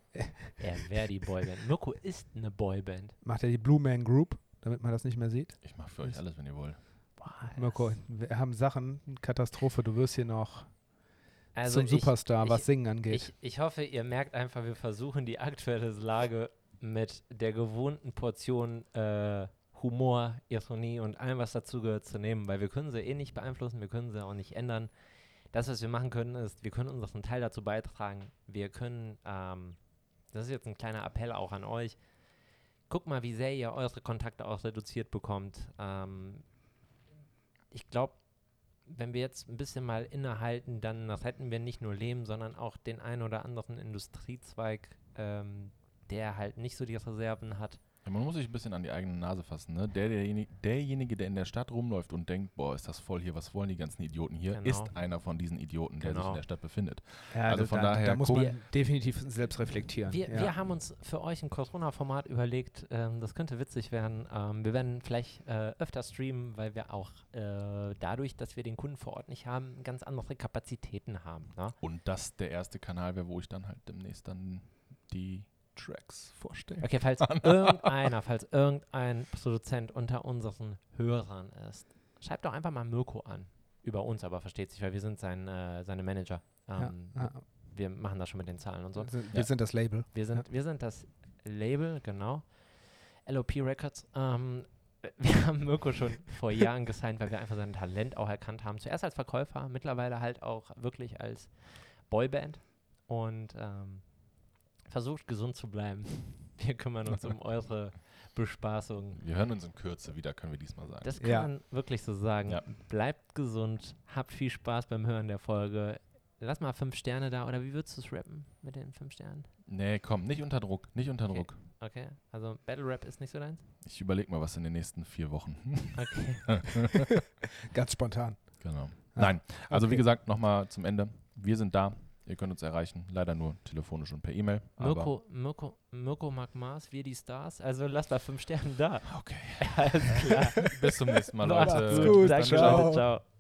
er wäre die Boyband. Mirko ist eine Boyband.
Macht er die Blue Man Group, damit man das nicht mehr sieht.
Ich mache für euch alles, wenn ihr wollt.
Boah,
Mirko, wir haben Sachen, Katastrophe, du wirst hier noch
also
zum
ich,
Superstar,
ich-
was Singen angeht.
Ich, ich hoffe, ihr merkt einfach, wir versuchen die aktuelle Lage mit der gewohnten Portion äh, Humor, Ironie und allem, was dazugehört, zu nehmen, weil wir können sie eh nicht beeinflussen, wir können sie auch nicht ändern. Das, was wir machen können, ist, wir können unseren Teil dazu beitragen. Wir können, ähm, das ist jetzt ein kleiner Appell auch an euch, guckt mal, wie sehr ihr eure Kontakte auch reduziert bekommt. Ähm, ich glaube, wenn wir jetzt ein bisschen mal innehalten, dann hätten wir nicht nur Leben, sondern auch den einen oder anderen Industriezweig, ähm, der halt nicht so die Reserven hat.
Ja, man muss sich ein bisschen an die eigene Nase fassen. Ne? Der, derjenige, derjenige, der in der Stadt rumläuft und denkt, boah, ist das voll hier, was wollen die ganzen Idioten hier,
Genau.
ist einer von diesen Idioten, der sich
Genau.
in der Stadt befindet.
ja,
also
da-
von
da,
daher
da muss
guck-
man definitiv selbst reflektieren.
Wir,
ja.
wir haben uns für euch ein Corona-Format überlegt. Ähm, das könnte witzig werden. Ähm, wir werden vielleicht äh, öfter streamen, weil wir auch äh, dadurch, dass wir den Kunden vor Ort nicht haben, ganz andere Kapazitäten haben. Ne?
Und das der erste Kanal wäre, wo ich dann halt demnächst dann die Tracks vorstelle.
Okay, falls irgendeiner, falls irgendein Produzent unter unseren Hörern ist, schreibt doch einfach mal Mirko an. Über uns aber, versteht sich, weil wir sind sein, äh, seine Manager.
Ja,
Ähm,
ja.
Wir machen das schon mit den Zahlen und so.
Wir sind-
Ja.
wir sind das Label.
Wir sind, wir sind das Label, genau. LOP Records. Ähm, wir haben Mirko schon vor Jahren gesigned, weil wir einfach sein Talent auch erkannt haben. Zuerst als Verkäufer, mittlerweile halt auch wirklich als Boyband und ähm, versucht gesund zu bleiben. Wir kümmern uns um eure Bespaßung.
Wir hören uns in Kürze wieder, können wir diesmal sagen.
Das kann
Ja.
man wirklich so sagen.
Ja.
Bleibt gesund, habt viel Spaß beim Hören der Folge. Lass mal fünf Sterne da oder wie würdest du es rappen mit den fünf Sternen?
nee, komm, nicht unter Druck, nicht unter
Okay.
Druck.
Okay, also Battle Rap ist nicht so deins?
Ich überlege mal was in den nächsten vier Wochen. *laughs*
Okay.
Ganz spontan.
genau. Nein, also wie
Okay.
gesagt, nochmal zum Ende. Wir sind da. Ihr könnt uns erreichen, leider nur telefonisch und per E-Mail. aber-
Mirko, Mirko, Mirko mag Mars, wir die Stars. Also lasst mal fünf Sterne da.
*laughs* Okay.
Alles klar.
Bis zum nächsten Mal, Leute.
Macht's gut.
Bis dann,
Danke,
ciao.
Leute. Ciao.